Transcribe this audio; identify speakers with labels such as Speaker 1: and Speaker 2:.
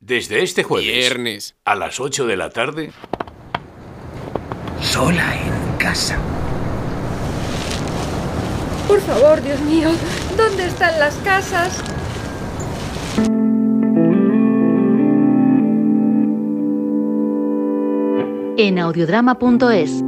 Speaker 1: Desde este jueves
Speaker 2: Viernes.
Speaker 1: a las 8 de la tarde,
Speaker 3: Sola en casa.
Speaker 4: Por favor, Dios mío, ¿dónde están las casas?
Speaker 5: En audiodrama.es